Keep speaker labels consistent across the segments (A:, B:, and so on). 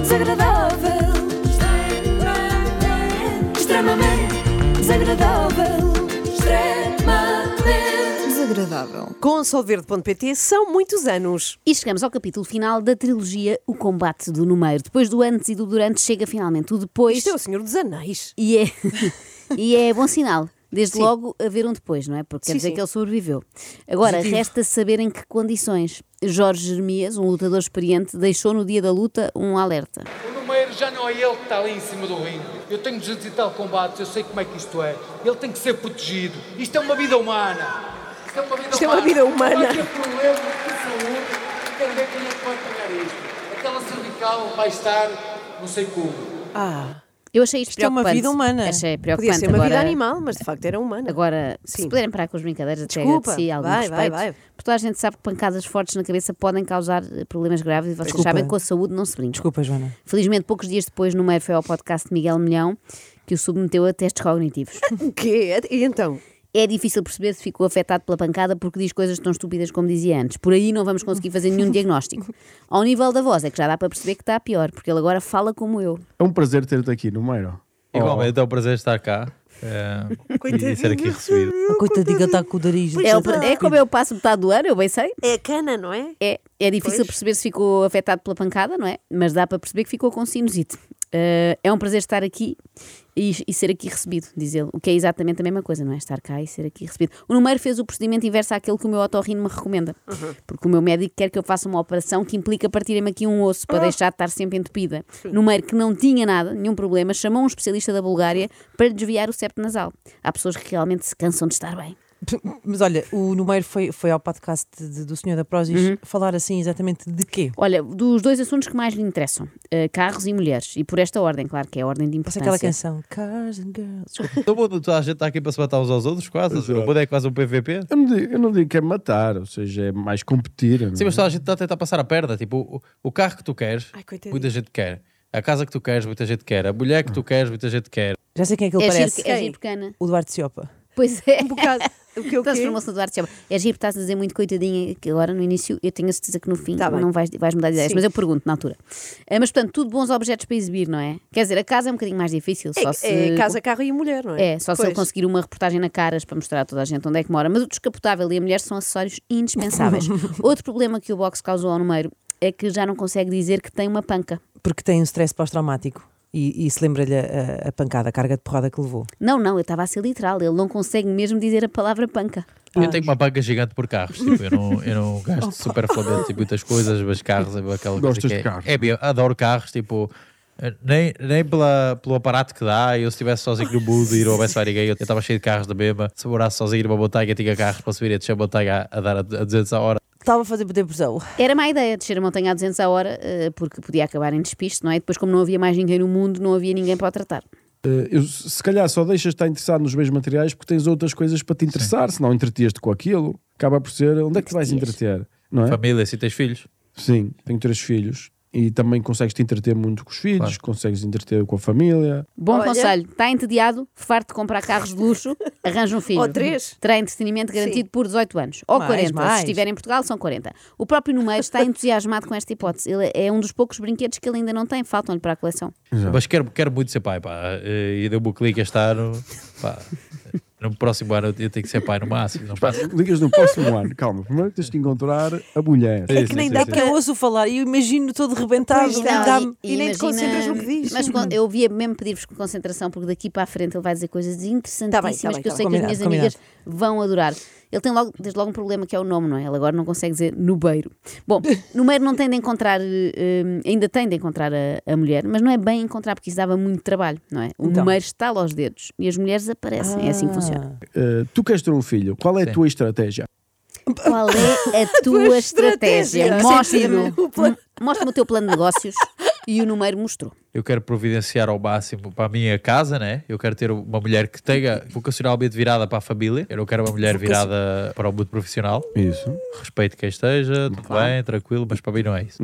A: desagradável. Extremamente desagradável. Extremamente desagradável.
B: Com solverde.pt são muitos anos.
C: E chegamos ao capítulo final da trilogia O Combate do Numeiro. Depois do antes e do durante, chega finalmente o depois.
B: Isto é o Senhor dos Anéis.
C: E é, e é bom sinal. Desde logo haver um depois, não é? Porque quer
B: Sim,
C: dizer
B: sim.
C: que ele sobreviveu. Agora,
B: Positivo.
C: resta saber em que condições. Jorge Jeremias, um lutador experiente, deixou no dia da luta um alerta.
D: O número já não é ele que está ali em cima do ringue. Eu tenho 200 e tal combates, eu sei como é que isto é. Ele tem que ser protegido. Isto é uma vida humana. Isto é uma vida
B: Isto é uma vida humana.
D: Vai ter problemas de saúde, quero ver quem é que vai pagar isto. Aquela cervical vai estar, não sei como.
B: Ah,
C: Eu achei isto,
E: Isto é uma
C: preocupante.
E: vida humana.
C: Achei preocupante.
B: podia ser uma
C: Agora-
B: vida animal, mas de facto era humana.
C: Agora,
B: Sim.
C: se puderem parar com as brincadeiras, até
B: Desculpa.
C: agradeci algum
B: Vai, vai,
C: respeito.
B: vai.
C: Porque toda a gente sabe que pancadas fortes na cabeça podem causar eh, problemas graves e vocês
E: Desculpa.
C: sabem que com a saúde não se brinca.
E: Desculpa, Joana.
C: Felizmente, poucos dias depois, no meio foi ao podcast de Miguel Milhão, que o submeteu a testes cognitivos.
B: O quê? E então?
C: É difícil perceber se ficou afetado pela pancada porque diz coisas tão estúpidas como dizia antes. Por aí não vamos conseguir fazer nenhum diagnóstico. Ao nível da voz, é que já dá para perceber que está pior, porque ele agora fala como eu.
F: É um prazer ter-te aqui, Numeiro.
G: Igualmente, é um prazer estar cá eh, e ser aqui recebido.
E: A coitadinha está com o nariz.
B: então.
C: É, o- é como eu passo metade do ano, eu bem sei.
B: É a cana, não é?
C: É, é difícil perceber se ficou afetado pela pancada, não é? Mas dá para perceber que ficou com sinusite. Eh, é um prazer estar aqui e, e ser aqui recebido, diz ele. O que é exatamente a mesma coisa, não é? Estar cá e ser aqui recebido. O número fez o procedimento inverso àquele que o meu otorrino me recomenda. Porque o meu médico quer que eu faça uma operação que implica partirem-me aqui um osso para deixar de estar sempre entupida. Número que não tinha nada, nenhum problema, chamou um especialista da Bulgária para lhe desviar o septo nasal. Há pessoas que realmente se cansam de estar bem.
E: Mas olha, o Numeiro foi, foi ao podcast de- do Senhor da Prozis
C: Uhum.
E: falar assim exatamente de quê?
C: Olha, dos dois assuntos que mais lhe interessam, eh, carros e mulheres, e por esta ordem, claro que é a ordem de
E: Parece
C: importância.
E: aquela canção. Cars and Girls. Desculpa.
G: Todo mundo, Então, toda a gente está aqui para se matar uns aos outros, quase. O mundo é quase um PVP.
F: Eu não, digo, eu não digo que é matar, ou seja, é mais competir. não é?
G: Sim, mas toda a gente está a tentar passar a perna. Tipo, o, o carro que tu queres,
B: Ai, coitadinho.
G: muita gente quer. A casa que tu queres, muita gente quer. A mulher que tu queres, muita gente quer.
E: Já sei quem é que ele
C: É
E: parece.
C: giro, é giro pequena.
E: O Duarte Siopa.
C: Pois é.
B: Um bocado. O que eu
C: Transformou-se no Duarte Silva. É giro, estás a dizer muito coitadinha que agora no início, eu tenho a certeza que no fim
B: Tá bem.
C: não vais, vais mudar de ideias,
B: Sim.
C: mas eu pergunto na altura. Eh, mas portanto, tudo bons objetos para exibir, não é? Quer dizer, a casa é um bocadinho mais difícil, só se.
B: É, é casa, carro e mulher, não é?
C: É, só se
B: Pois.
C: ele conseguir uma reportagem na caras para mostrar a toda a gente onde é que mora. Mas o descapotável e a mulher são acessórios indispensáveis. Outro problema que o box causou ao número é que já não consegue dizer que tem uma panca.
E: Porque tem um stress pós-traumático. E, e se lembra-lhe a, a pancada, a carga de porrada que levou.
C: Não, não, eu estava a ser literal. Ele não consegue mesmo dizer a palavra panca.
G: Eu tenho
B: Ah.
G: uma banca gigante por carros. Tipo, eu não, eu não gasto superfluamente tipo, muitas coisas, mas carros é aquela coisa
F: Gostas
G: que
F: de
G: é-
F: carros?
G: É, eu adoro carros, tipo. eh, Nem, nem pela, pelo aparato que dá, eu se estivesse sozinho no mundo e não houvesse mais ninguém, eu estava cheio de carros da mesma. Se eu morasse sozinho numa montanha, tinha carros para subir e descer a montanha a, a dar a, a 200 a hora.
E: Estava a fazer depressão.
C: Era má ideia descer a montanha a 200 a hora, eh, porque podia acabar em despiste, não é? E depois, como não havia mais ninguém no mundo, não havia ninguém para o tratar.
F: Eh, eu- se calhar só deixas de estar interessado nos bens materiais porque tens outras coisas para te interessar, se não entretias-te com aquilo. Acaba por ser onde é que te vais
C: Entretias.
F: entreter, não é?
G: Família, se tens filhos.
F: Sim, tenho três filhos e também consegues te entreter muito com os filhos,
G: Claro.
F: consegues entreter com a família.
C: Bom
B: Olha.
C: conselho, está entediado, farto de comprar carros de luxo, arranja um filho.
B: Ou três.
C: Terá entretenimento garantido por 18 anos. Ou
E: Mais,
C: 40, se
E: mais.
C: estiver em Portugal, são 40. O próprio Numeiro está entusiasmado com esta hipótese. Ele é um dos poucos brinquedos que ele ainda não tem, faltam-lhe para a coleção.
G: Mas quero, quero muito ser pai, pá. Eh, E deu-me o clique este ano. Pá. No próximo ano eu tenho que ser pai no máximo. Não
F: Pá,
G: faço.
F: ligas no próximo ano, calma, primeiro tens de encontrar a mulher.
B: É que nem dá
E: Porque
B: para.
E: eu ouço falar e eu imagino todo rebentado.
B: Pois
E: e
B: não,
E: dá-me-
B: E nem te concentras no que diz.
C: Mas con- eu via mesmo pedir-vos concentração, porque daqui para a frente ele vai dizer coisas interessantíssimas
B: Tá bem, tá bem,
C: que eu
B: tá
C: sei
E: bem.
C: que as minhas
E: Combinado,
C: amigas vão adorar. Ele tem logo, desde logo um problema que é o nome, não é? Ele agora não consegue dizer Nubeiro. Bom, Nubeiro não tem de encontrar, eh, ainda tem de encontrar a, a mulher, mas não é bem encontrar porque isso dava muito trabalho, não é? O
E: Então.
C: Numeiro está lá aos dedos e as mulheres aparecem, é
B: Ah.
C: assim que funciona.
F: Eh, tu queres ter um filho, qual é a tua estratégia?
C: Qual é a tua estratégia?
B: estratégia.
C: Mostra-me
B: O plano.
C: mostra-me o teu plano de negócios e o número mostrou.
G: eu quero providenciar ao máximo para a minha casa, né? Eu quero ter uma mulher que tenha vocacionalmente virada para a família. Eu não quero uma mulher virada para o mundo profissional.
F: Isso.
G: Respeito quem esteja, tudo bem, tranquilo, mas para mim não é isso.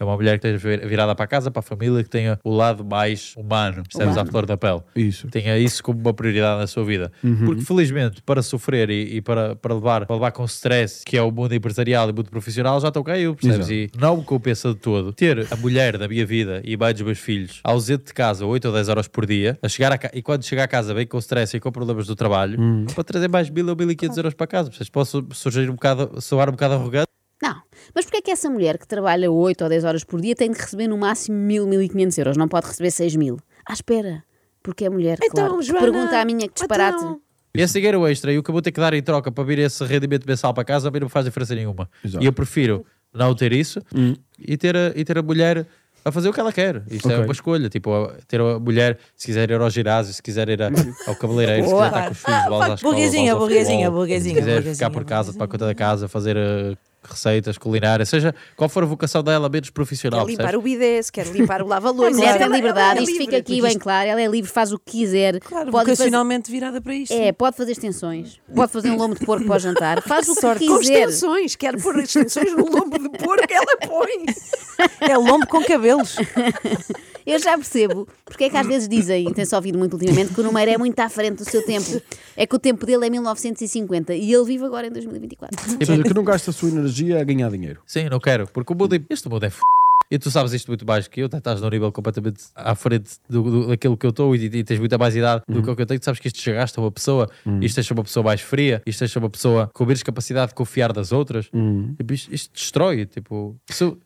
G: É uma mulher que esteja vir- virada para a casa, para a família, que tenha o lado mais humano, percebes? À flor da pele.
F: Isso.
G: Tenha isso como uma prioridade na sua vida. Porque, felizmente, para sofrer e, e para, para, levar, para levar com stress, que é o mundo empresarial e o mundo profissional, já estou cá eu, percebes?
F: Exato.
G: E não me compensa de todo ter a mulher da minha vida e mais dos meus filhos ausente de casa 8 ou 10 horas por dia, a chegar a ca- e quando chegar a casa bem com stress e com problemas do trabalho, para trazer mais 1.000 ou 1.500 euros para casa. Vocês posso surgir um bocado, soar um bocado arrogante.
C: Não. Mas porquê é que essa mulher que trabalha 8 ou 10 horas por dia tem de receber no máximo 1000, 1500 euros? Não pode receber 6000. À espera. Porque é mulher,
B: Então,
C: claro. Que
B: Joana,
C: Pergunta à minha que disparate.
B: então.
G: Esse dinheiro extra e o que eu vou ter que dar em troca para vir esse rendimento mensal para casa, a mim não me faz diferença nenhuma.
F: Exato. Hum.
G: E eu prefiro não ter isso e, ter a, e ter a mulher a fazer o que ela quer. Isto é
F: Ok.
G: uma escolha. Tipo, a- ter a mulher, se quiser ir ao ginásio, se quiser ir a- ao cabeleireiro, se
C: Boa.
G: quiser estar com os filhos, vá à escola,
E: Ah, burguesinha,
G: vá ao
E: burguesinha,
G: futebol,
E: burguesinha,
G: Se quiser
E: burguesinha,
G: ficar por casa,
E: burguesinha.
G: para a conta da casa, fazer eh, receitas culinárias, seja qual for a vocação dela, menos
B: Quer
G: profissional.
B: limpar
G: percebes?
B: o bidé, se quer limpar o
C: A
B: lava-louça.
C: mulher
B: Ela-
C: tem
B: ela- ela
C: liberdade,
B: é
C: isto
B: livre.
C: fica aqui bem claro. Ela é livre, faz o que quiser.
E: Claro,
C: pode fazer,
E: vocacionalmente virada para isto.
C: é, pode fazer extensões, pode fazer um lombo de porco para o jantar, faz o que
E: sorte.
B: Com
C: quiser.
B: extensões, quer pôr extensões no lombo de porco, ela põe.
E: É lombo com cabelos.
C: Eu já percebo porque é que às vezes dizem, e tem-se ouvido muito ultimamente, que o número é muito à frente do seu tempo. É que o tempo dele é 1950 e ele vive agora em 2024.
F: Ou seja, que não gasta a sua energia a ganhar dinheiro.
G: Sim, não quero, porque o mundo é- este mundo é f... E tu sabes isto muito mais que eu, tu estás num nível completamente à frente do, do- daquilo que eu estou e, e tens muita mais idade do que
F: Uhum.
G: o que eu tenho. Tu sabes que isto chegaste a uma pessoa, isto deixa uma pessoa mais fria, isto deixa uma pessoa com menos capacidade de confiar das outras.
F: Uhum.
G: Tipo, isto, isto destrói, tipo... se-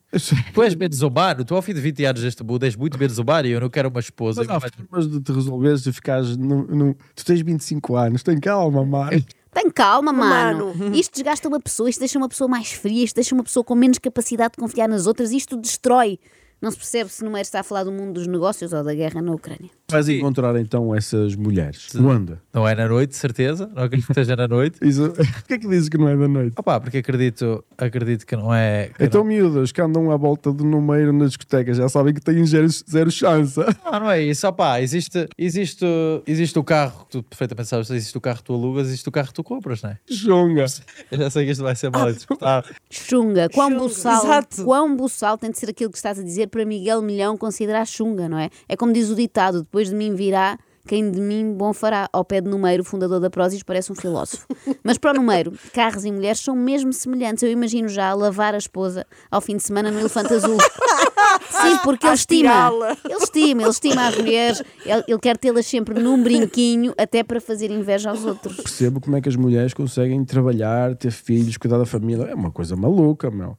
G: tu és menos humano, tu ao fim de 20 anos deste mundo és muito menos humano e eu não quero uma esposa.
F: Mas há formas de te resolveres e ficares. No, no- Tu tens 25 anos, tem calma,
G: É
F: Mário.
C: Tem calma, mano.
B: Mano.
C: Isto desgasta uma pessoa, isto deixa uma pessoa mais fria, isto deixa uma pessoa com menos capacidade de confiar nas outras, isto destrói. Não se percebe se Numeiro está a falar do mundo dos negócios ou da guerra na Ucrânia.
F: Vais encontrar então essas mulheres. Luanda.
G: Não é na noite, de certeza, não acredito que esteja na noite.
F: Isso... Porquê é que dizes que não é da noite?
G: Opá, porque acredito, acredito que não é... que
F: Então, miúdas que andam à volta do número nas discotecas já sabem que têm zero, zero chance.
G: Não, não é isso, opá, existe, existe, existe o carro que tu perfeitamente sabes, existe o carro que tu alugas, existe o carro que tu compras, não é?
F: Jonga.
G: Eu já sei que isto vai ser
F: Ah,
G: mal interpretado.
C: Chunga, quão buçal,
E: Exato.
C: quão buçal tem de ser aquilo que estás a dizer para Miguel Milhão considerar chunga, não é? É como diz o ditado, depois de mim virá quem de mim bom fará. Ao pé de Numeiro, o fundador da Prozis, parece um filósofo. Mas para o Numeiro, carros e mulheres são mesmo semelhantes. Eu imagino já a lavar a esposa ao fim de semana no Elefante Azul. Sim, porque ele estima.
B: Aspirá-la.
C: Ele estima, ele estima as mulheres. Ele, ele quer tê-las sempre num brinquinho, até para fazer inveja aos outros.
F: Percebo como é que as mulheres conseguem trabalhar, ter filhos, cuidar da família. É uma coisa maluca, meu.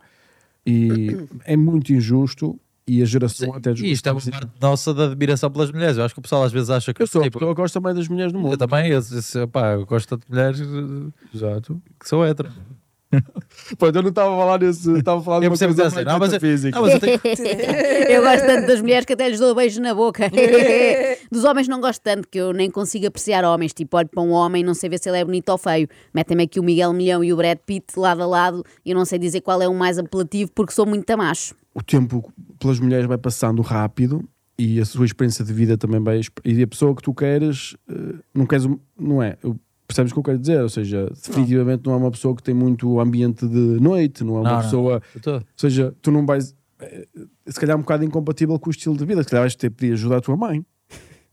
F: E é muito injusto. E a geração até
G: E isto é uma parte nossa da admiração pelas mulheres. Eu acho que o pessoal às vezes acha que.
F: Eu sou a
G: tipo,
F: pessoa que gosta mais das mulheres do
G: eu
F: mundo.
G: também, eu, eu- eu- pá, eu gosto de mulheres eh,
F: Exato.
G: que são hétero.
F: Pô, então eu não estava a falar disso, estava a falar de
G: Eu
F: uma
G: percebo
F: coisa
G: dizer
F: mais
G: assim, não, mas, eu-
F: metafísica.
G: não, mas eu tenho.
C: Eu gosto tanto das mulheres que até lhes dou beijo na boca. Dos homens não gosto tanto, que eu nem consigo apreciar homens. Tipo, olho para um homem e não sei ver se ele é bonito ou feio. Metem-me aqui o Miguel Milhão e o Brad Pitt lado a lado e eu não sei dizer qual é o mais apelativo porque sou muito macho.
F: O tempo pelas mulheres vai passando rápido e a sua experiência de vida também vai... exp- E a pessoa que tu queres, eh, não queres... um- Não é... Eu- Percebes o que eu quero dizer? Ou seja, definitivamente não é uma pessoa que tem muito ambiente de noite, não é uma
G: Não, não.
F: pessoa...
G: Eu tô-
F: Ou seja, tu não vais. eh, Se calhar é um bocado incompatível com o estilo de vida. Se calhar vais ter de pedir ajuda à tua mãe.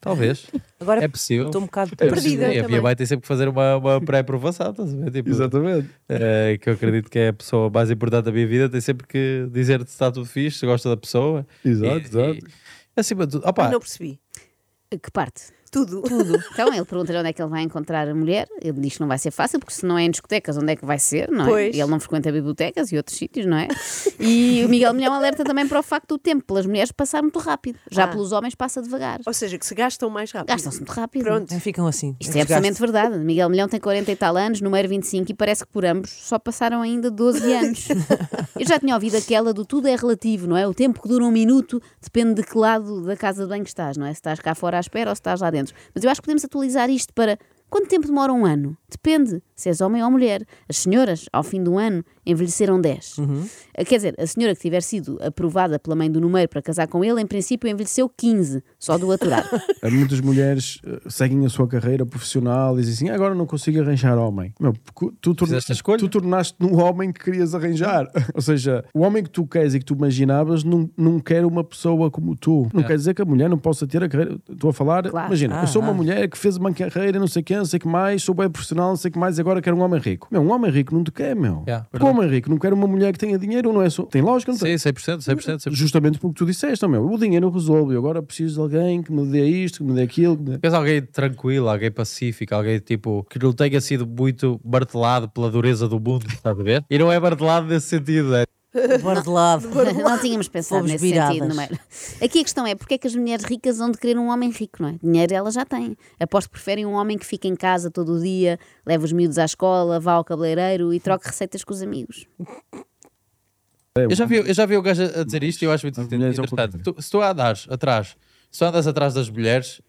G: Talvez.
E: Agora
G: É possível.
E: estou um bocado
G: É
E: perdida.
G: possível. E a minha
B: também.
G: mãe tem sempre que fazer uma, uma pré-aprovação, estás a ver? Tipo,
F: Exatamente.
G: eh, que eu acredito que é a pessoa mais importante da minha vida, tem sempre que dizer se está tudo fixe, se gosta da pessoa.
F: Exato,
G: E-
F: exato.
G: e- acima de tudo, opá,
B: Eu Ah, Não percebi.
C: Que parte?
B: Tudo.
C: Então ele pergunta-lhe onde é que ele vai encontrar a mulher. Ele diz que não vai ser fácil, porque se não é em discotecas, onde é que vai ser, não é?
B: Pois.
C: E ele não frequenta bibliotecas e outros sítios, não é? E o Miguel Milhão alerta também para o facto do tempo pelas mulheres passar muito rápido. Já
B: Ah.
C: pelos homens passa devagar.
B: Ou seja, que se gastam mais rápido.
C: Gastam-se muito rápido.
B: Pronto.
E: É, Ficam assim.
C: Isto é absolutamente verdade. Miguel Milhão tem 40 e tal anos, número 25, e parece que por ambos só passaram ainda 12 anos. Eu já tinha ouvido aquela do tudo é relativo, não é? O tempo que dura um minuto depende de que lado da casa de banho estás, não é? Se estás cá fora à espera ou se estás lá dentro. Mas eu acho que podemos atualizar isto para quanto tempo demora um ano? Depende se és homem ou mulher. As senhoras, ao fim do ano, envelheceram 10. Eh, Quer dizer, a senhora que tiver sido aprovada pela mãe do número para casar com ele, em princípio envelheceu 15, só do aturar.
F: Há Muitas mulheres eh, seguem a sua carreira profissional e dizem assim: "Ah, agora não consigo arranjar homem. Meu, porque tu, torna-
G: Fizeste a escolha.
F: tu tornaste no homem que querias arranjar. Ou seja, o homem que tu queres e que tu imaginavas não, não quer uma pessoa como tu.
G: É.
F: Não quer dizer que a mulher não possa ter a carreira. Estou a falar,
C: Claro.
F: imagina, eu sou uma mulher que fez uma carreira, não sei quem, não sei que mais, sou bem profissional, não sei que mais, e agora quero um homem rico. Meu, um homem rico não te quer, meu.
G: Yeah,
F: Porque um homem rico não quer uma mulher que tenha dinheiro, não é só. Tem lógica, não tem?
G: Sim, 100%, 100%, 100%.
F: Justamente porque tu disseste, "Oh, meu, o dinheiro resolve, eu agora preciso de alguém que me dê isto, que me dê aquilo. que me dê-
G: Pensa alguém tranquilo, alguém pacífico, alguém tipo que não tenha sido muito martelado pela dureza do mundo, estás a ver? E não é martelado nesse sentido, é?
E: Bora de lado.
C: não tínhamos pensado
E: Fomos
C: nesse
E: viradas.
C: sentido, não era? Aqui a questão é porque é que as mulheres ricas vão de querer um homem rico, não é? Dinheiro elas já têm. Aposto que preferem um homem que fica em casa todo o dia, leva os miúdos à escola, vá ao cabeleireiro e troque receitas com os amigos.
F: É,
G: Eu já vi, eu já vi o gajo a a dizer isto e eu acho muito
F: As mulheres é um ao
G: interessante. Tu- se tu andas atrás, se tu andas atrás das mulheres,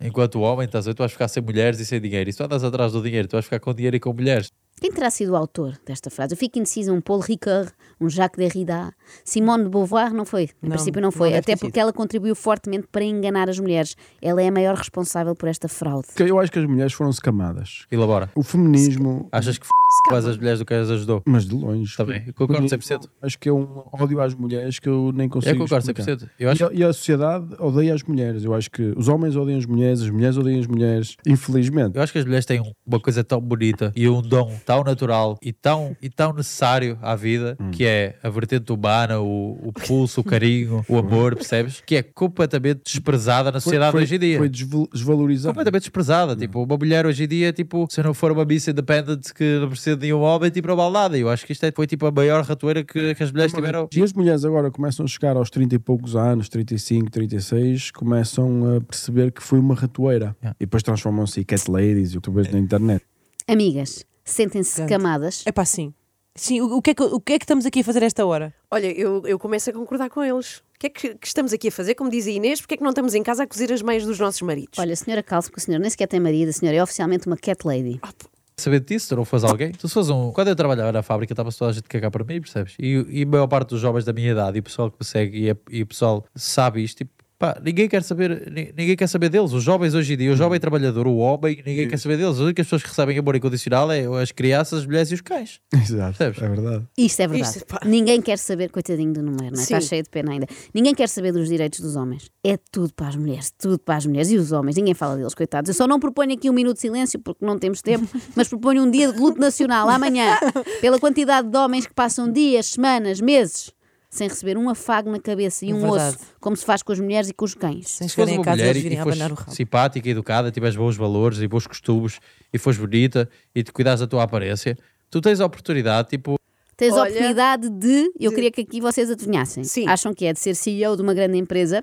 G: enquanto homem, estás a ver, tu vais ficar sem mulheres e sem dinheiro. E se tu andas atrás do dinheiro, tu vais ficar com dinheiro e com mulheres.
C: Quem terá sido o autor desta frase? Eu fico indecisa, um Paul Ricard, um Jacques Derrida, Simone de Beauvoir, não foi?
E: Não,
C: No princípio não
E: não
C: foi,
E: deve
C: até
E: ter sido.
C: porque ela contribuiu fortemente para enganar as mulheres. Ela é a maior responsável por esta fraude.
F: Que Eu acho que as mulheres foram escamadas.
G: Elabora.
F: O feminismo,
G: Achas que f... quase as mulheres do que as ajudou?
F: mas de longe.
G: Tá bem, eu concordo
F: O feminismo,
G: 100%.
F: Acho que é um ódio às mulheres que eu nem consigo.
G: É Eu concordo
F: explicar.
G: 100%. Eu acho
F: E a- E, a sociedade odeia as mulheres. Eu acho que os homens odeiam as mulheres, as mulheres odeiam as mulheres, infelizmente.
G: Eu acho que as mulheres têm uma coisa tão bonita e um dom tão natural e tão, e tão necessário à vida,
F: Hum.
G: que é a vertente humana, o, o pulso, o carinho, o amor, percebes? Que é completamente desprezada na sociedade
F: Hum. foi,
G: hoje em dia.
F: Foi desval- desvalorizado.
G: Completamente desprezada. Tipo, uma mulher hoje em dia, tipo, se não for uma miss independent que não precisa de nenhum homem, tipo, não vale nada. Eu acho que isto é- foi tipo a maior ratoeira que, que as mulheres tiveram.
F: E as mulheres agora começam a chegar aos 30 e poucos anos, 35, 36, começam a perceber que foi uma ratoeira. E depois transformam-se em cat ladies e o que tu vês na internet.
C: Amigas, sentem-se
E: Grande.
C: camadas.
E: É pá, sim. Sim, o, o que é que, o que é que estamos aqui a fazer a esta hora?
B: Olha, eu, eu começo a concordar com eles. O que é que, que estamos aqui a fazer? Como diz a Inês, porque é que não estamos em casa a cozer as meias dos nossos maridos?
C: Olha, a senhora calça, porque a senhora nem sequer tem marido, a senhora é oficialmente uma cat lady.
B: Ah,
G: Sabendo disso, tu não fores alguém. Tu se fores um. Quando eu trabalhava na fábrica, estava toda a gente a cagar para mim, percebes? E, e a maior parte dos jovens da minha idade e o pessoal que me segue e, é- e o pessoal sabe isto. Tipo, pá, ninguém quer saber ni- ninguém quer saber deles. Os jovens hoje em dia, o jovem trabalhador, o homem, ninguém quer saber deles. As únicas pessoas que recebem amor incondicional é as crianças, as mulheres e os cães.
F: Exato,
G: Percebes?
F: é verdade.
C: Isto é verdade.
B: Isto, pá.
C: Ninguém quer saber, coitadinho do número, não é?
B: Sim.
C: está cheio de pena ainda. Ninguém quer saber dos direitos dos homens. É tudo para as mulheres, tudo para as mulheres e os homens. Ninguém fala deles, coitados. Eu só não proponho aqui um minuto de silêncio porque não temos tempo, mas proponho um dia de luto nacional amanhã pela quantidade de homens que passam dias, semanas, meses sem receber um afago na cabeça
B: É
C: e um
E: Verdade.
C: osso, como se faz com as mulheres e com os cães.
E: Sem
G: Se fores
E: chegarem
G: uma
E: a casa,
G: mulher
E: eles
G: e,
E: virem
G: e
E: a
G: fores
E: abanar o rabo.
G: simpática, educada, tiveres bons valores e bons costumes e fores bonita e te cuidares da tua aparência, tu tens a oportunidade, tipo,
C: Tens a
B: Olha-
C: oportunidade de. Eu queria que aqui vocês adivinhassem.
B: Sim.
C: Acham que é de ser CEO de uma grande empresa,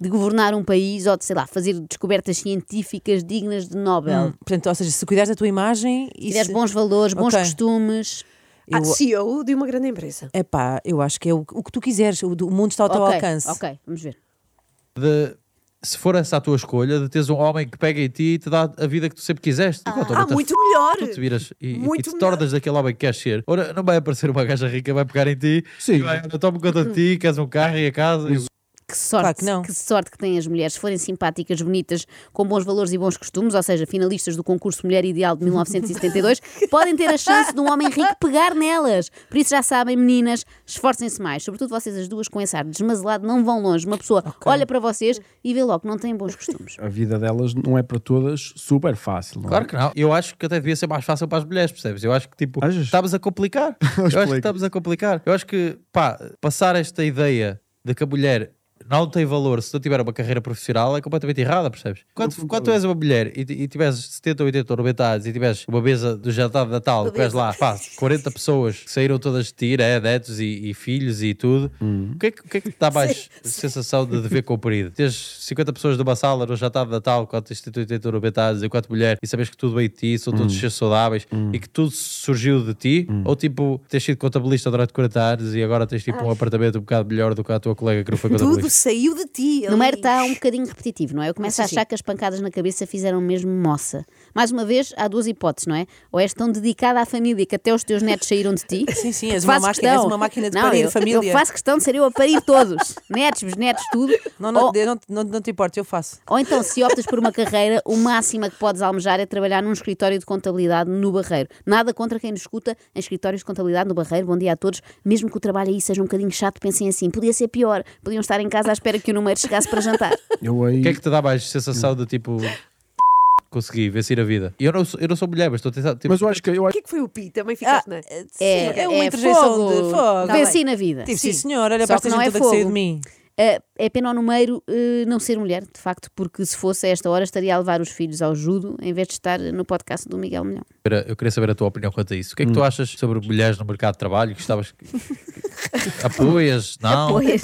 C: de governar um país ou de, sei lá, fazer descobertas científicas dignas de Nobel.
E: Hum, portanto, ou seja, se cuidares da tua imagem e
C: Tiveres
E: se...
C: bons valores, bons
E: Ok.
C: costumes.
B: Ah,
E: eu-
B: CEO de uma grande empresa.
E: É pá, eu acho que é o, o que tu quiseres, o, do- o mundo está ao teu
C: ok,
E: alcance.
C: ok, vamos ver.
G: de se for essa a tua escolha, de teres um homem que pega em ti e te dá a vida que tu sempre quiseste. Enquanto
B: Ah,
G: outra-
B: muito melhor!
G: então Tu te viras e, e-
B: Muito
G: e te
B: melhor.
G: tornas daquele homem que queres ser. Ora, não vai aparecer uma gaja rica, vai pegar em ti
F: Sim.
G: e vai, eu tomo conta de ti, queres um carro e a casa. E...
C: Que sorte,
E: Claro
C: que,
E: que não.
C: sorte que têm as mulheres, se forem simpáticas, bonitas, com bons valores e bons costumes, ou seja, finalistas do concurso Mulher Ideal de 1972, podem ter a chance de um homem rico pegar nelas. Por isso já sabem, meninas, esforcem-se mais. Sobretudo vocês as duas com esse ar desmazelado, não vão longe. Uma pessoa olha para vocês e vê logo que não têm bons costumes.
F: A vida delas não é para todas super fácil. Não é?
G: Claro que não. Eu acho que até devia ser mais fácil para as mulheres, percebes? Eu acho que tipo,
F: Achas?
G: estamos a complicar. Eu acho que
F: Explica.
G: estamos a complicar. Eu acho que, pá, passar esta ideia de que a mulher não tem valor se tu tiver uma carreira profissional é completamente errada, percebes? Quando, quando tu és uma mulher e, e tiveres 70, 80 ou 90 anos e tiveres uma mesa do jantar de Natal, que vais lá, pá, 40 pessoas que saíram todas de ti, né, netos e, e filhos e tudo, o, que é que, o que é que te dá mais sensação de dever cumprido? Tens 50 pessoas de uma sala no jantar de Natal, quanto Instituto Europeu está a dizer, quanto mulher, e sabes que tudo veio de ti, são todos seres saudáveis e que tudo surgiu de ti, ou tipo, tens sido contabilista durante 40 anos e agora tens tipo um apartamento um bocado melhor do que a tua colega que não foi contabilista.
B: Tudo saiu de ti.
C: O número
B: ali.
C: está um bocadinho repetitivo, não é? Eu começo a
B: Sim,
C: achar que as pancadas na cabeça fizeram mesmo moça. Mais uma vez, há duas hipóteses, não é? Ou és tão dedicada à família que até os teus netos saíram de ti.
E: Sim, sim, és
C: que
E: uma
C: fazes
E: máquina- és uma máquina de
C: não,
E: parir
C: eu,
E: família.
C: Eu faço questão de ser eu a parir todos. netos, bisnetos, tudo.
E: Não, não,
C: Ou-
E: eu não, não, não te importa, eu faço.
C: Ou então, se optas por uma carreira, o máximo que podes almejar é trabalhar num escritório de contabilidade no Barreiro. Nada contra quem nos escuta em escritórios de contabilidade no Barreiro. Bom dia a todos. Mesmo que o trabalho aí seja um bocadinho chato, pensem assim: podia ser pior. Podiam estar em casa à espera que o número chegasse para jantar.
F: Eu aí.
G: O que é que te dá mais sensação de tipo consegui vencer a vida? E Eu não sou, eu não sou mulher, mas estou a tentar. Tipo,
F: Mas eu acho que. Eu
B: O
F: acho...
B: que é que foi o Pi? Também ficaste, não é?
E: sim, é, uma interjeição de fogo.
C: Venci assim na vida.
E: Tipo, sim,
C: Sim.
E: senhor, olha
C: Só
E: para
C: que
E: esta
C: não
E: gente
C: é
E: toda que saiu
C: fogo.
E: de mim.
C: Uh, é pena ao número uh, não ser mulher, de facto, porque se fosse a esta hora estaria a levar os filhos ao judo em vez de estar no podcast do Miguel Milhão.
G: Eu queria saber a tua opinião quanto a isso. O que é que tu achas sobre mulheres no mercado de trabalho? Gostavas que. Apoias? Não?
C: Pois.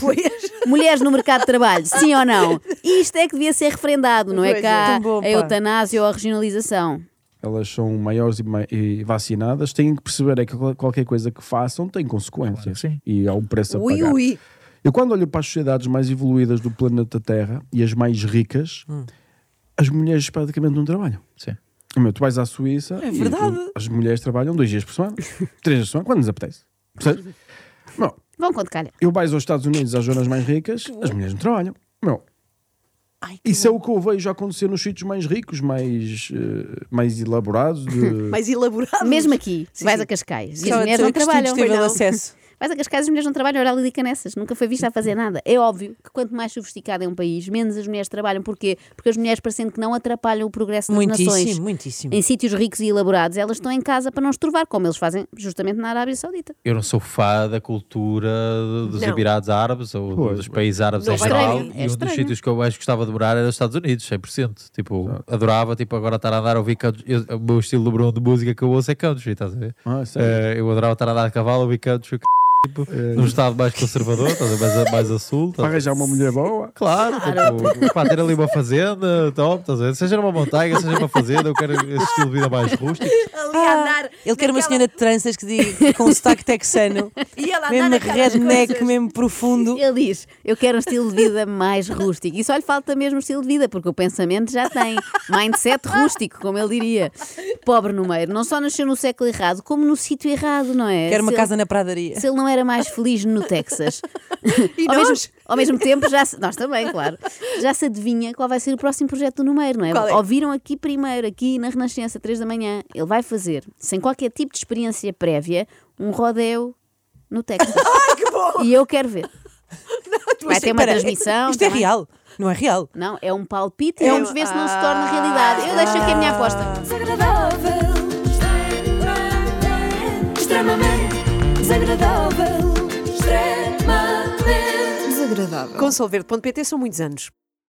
C: Mulheres no mercado de trabalho, sim ou não? Isto é que devia ser referendado, não é
B: Pois é,
C: cá
E: tão bom,
C: a
E: pá.
C: eutanásia ou a regionalização.
F: Elas são maiores e, mai- e vacinadas. Têm que perceber é que qual- qualquer coisa que façam tem consequências.
G: Claro que sim.
F: E há um preço a
B: Ui,
F: pagar.
B: ui.
E: Hum.
F: Eu quando olho para as sociedades mais evoluídas do planeta Terra e as mais ricas,
G: Hum.
F: as mulheres praticamente não trabalham.
G: Sim.
F: Meu, tu vais à Suíça e
E: É verdade.
F: tu- as mulheres trabalham dois dias por semana, três dias por semana, quando nos apetece. Percebes? Meu,
C: Vão quando calha.
F: eu vais aos Estados Unidos, às zonas mais ricas, as mulheres não trabalham. Meu,
E: Ai, que
F: isso é o que eu vejo acontecer nos sítios mais ricos, mais, eh, mais elaborados. de-
B: Mais elaborado.
C: Mesmo aqui,
B: Sim,
C: vais
B: sim.
C: a Cascais e as
E: Aquela
C: mulheres
E: pessoa que
C: não
E: estuda
C: trabalham.
E: teve
C: Pois não.
E: acesso.
C: Vais a Cascais e é as mulheres não trabalham, olha ali canessas, nunca foi vista a fazer nada. É óbvio que quanto mais sofisticado é um país, menos as mulheres trabalham. Porquê? Porque as mulheres, parecendo que não atrapalham o progresso das nações.
E: Muitíssimo, muitíssimo.
C: em sítios ricos e elaborados, elas estão em casa para não estrovar, como eles fazem justamente na Arábia Saudita.
G: Eu não sou fã da cultura dos
B: Não.
G: Emirados Árabes ou
F: Pois,
G: dos países árabes
B: Não
G: em
B: vai
G: geral.
C: estranho, é
G: e um dos
C: estranho.
G: sítios que eu mais gostava de morar era os Estados Unidos, 100%. Tipo, adorava, tipo, agora estar a andar a ouvir country. Eu- O meu estilo Bruno de música que eu ouço é country, estás a ver?
F: Ah, sério?
G: Eh, eu adorava estar a andar de cavalo, a ouvir country, tipo,
F: É.
G: num estado mais conservador, estás a ver? mais, a- mais a sul. estás
F: Para
G: a ver?
F: arranjar uma mulher boa.
G: Claro, tipo, pá, ter ali uma fazenda, top, estás a ver? seja numa montanha, seja numa fazenda, eu quero esse estilo de vida mais rústico.
B: Ali a andar.
E: Ah, Ele quer uma
B: naquela-
E: senhora de tranças que diga com um sotaque texano,
B: E ela a andar
E: mesmo
B: naquelas
E: redneck,
B: coisas.
E: mesmo profundo.
C: Ele diz: Eu quero um estilo de vida mais rústico. E só lhe falta mesmo estilo de vida, porque o pensamento já tem. Mindset rústico, como ele diria. Pobre Numeiro, não só nasceu no século errado, como no sítio errado, não é?
E: Quer uma
C: Se ele-
E: casa na pradaria.
C: Se ele não era mais feliz no Texas.
B: E
C: ao,
B: nós?
C: mesmo, ao mesmo tempo, já se- nós também, claro. Já se adivinha qual vai ser o próximo projeto do Numeiro, não é?
B: Qual é?
C: Ouviram aqui primeiro, aqui na Renascença, 3 da manhã. Ele vai fazer, sem qualquer tipo de experiência prévia, um rodeo no Texas. Ai, que bom! E eu quero ver. Vai ter uma
E: Espera,
C: transmissão.
E: Isto é
C: também.
E: real, não é real.
C: Não, é um palpite e
B: É um-
C: vamos ver se não se torna realidade. Eu deixo aqui a minha aposta.
A: Desagradável. Extremamente desagradável. Extremamente desagradável.
B: Com solverde.pt são muitos anos.